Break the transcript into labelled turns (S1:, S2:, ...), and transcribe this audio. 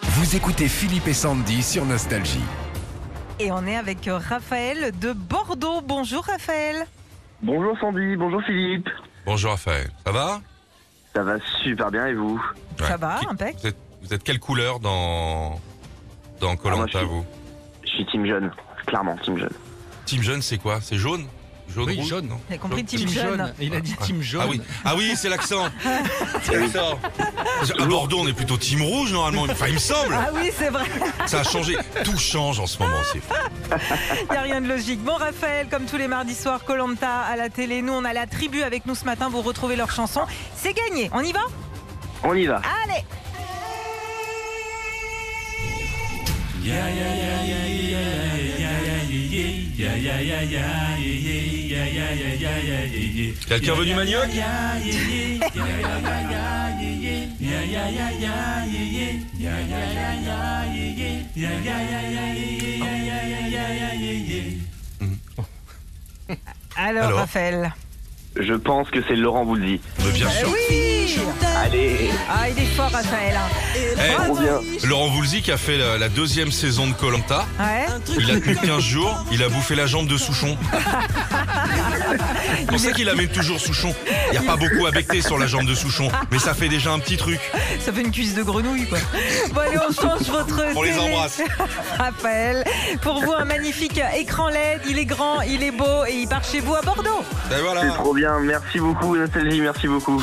S1: Vous écoutez Philippe et Sandy sur Nostalgie.
S2: Et on est avec euh, Raphaël de Bordeaux. Bonjour Raphaël.
S3: Bonjour Sandy, bonjour Philippe.
S4: Bonjour Raphaël, ça va
S3: Ça va super bien et vous
S2: Ça
S4: Ouais.
S2: va,
S4: Qui-
S2: impec
S4: vous êtes, vous êtes quelle couleur dans dans
S3: Ah, moi, je
S4: Colanta
S3: suis-
S4: vous
S3: Je suis team jeune, clairement team jeune.
S4: Team jaune c'est quoi C'est jaune Jaune
S5: Oui,
S4: rouge
S5: jaune.
S4: non
S2: J'ai compris Team,
S5: Team
S2: Jeune.
S5: jaune. Il a dit team jaune.
S4: Ah oui, ah oui, c'est l'accent. C'est l'accent. À Bordeaux, on est plutôt team rouge normalement. Enfin, il me semble.
S2: Ah oui, c'est vrai,
S4: Ça a changé. Tout change en ce moment. C'est fou.
S2: il n'y a rien de logique. Bon Raphaël, comme tous les mardis soirs, Colanta à la télé, nous on a la tribu avec nous ce matin, vous retrouvez leurs chansons. C'est gagné, on y va
S3: On y va.
S2: Allez
S4: Quelqu'un veut du manioc
S2: Alors,
S4: Alors
S2: Raphaël.
S3: Je pense que c'est Laurent Voulzy.
S4: Mais Bien sûr.
S2: Eh Oui
S3: Allez,
S2: Ah, il est fort Raphaël. hein.
S4: Eh,
S3: trop bien.
S4: Laurent Voulzy qui a fait la, la deuxième saison de Colanta.
S2: Ouais.
S4: Il a tenu 15 jours. Il a bouffé la jambe de Souchon. C'est pour ça qu'il amène toujours Souchon. Il n'y a pas beaucoup à becter sur la jambe de Souchon, mais ça fait déjà un petit truc.
S2: Ça fait une cuisse de grenouille, quoi. Bon, allez, on change votre
S4: On les
S2: télé.
S4: embrasse.
S2: Raphaël, pour vous, un magnifique écran LED. Il est grand, il est beau et il part chez vous à Bordeaux.
S4: Et Ben voilà.
S3: c'est trop bien. Merci beaucoup Nostalgie, merci beaucoup.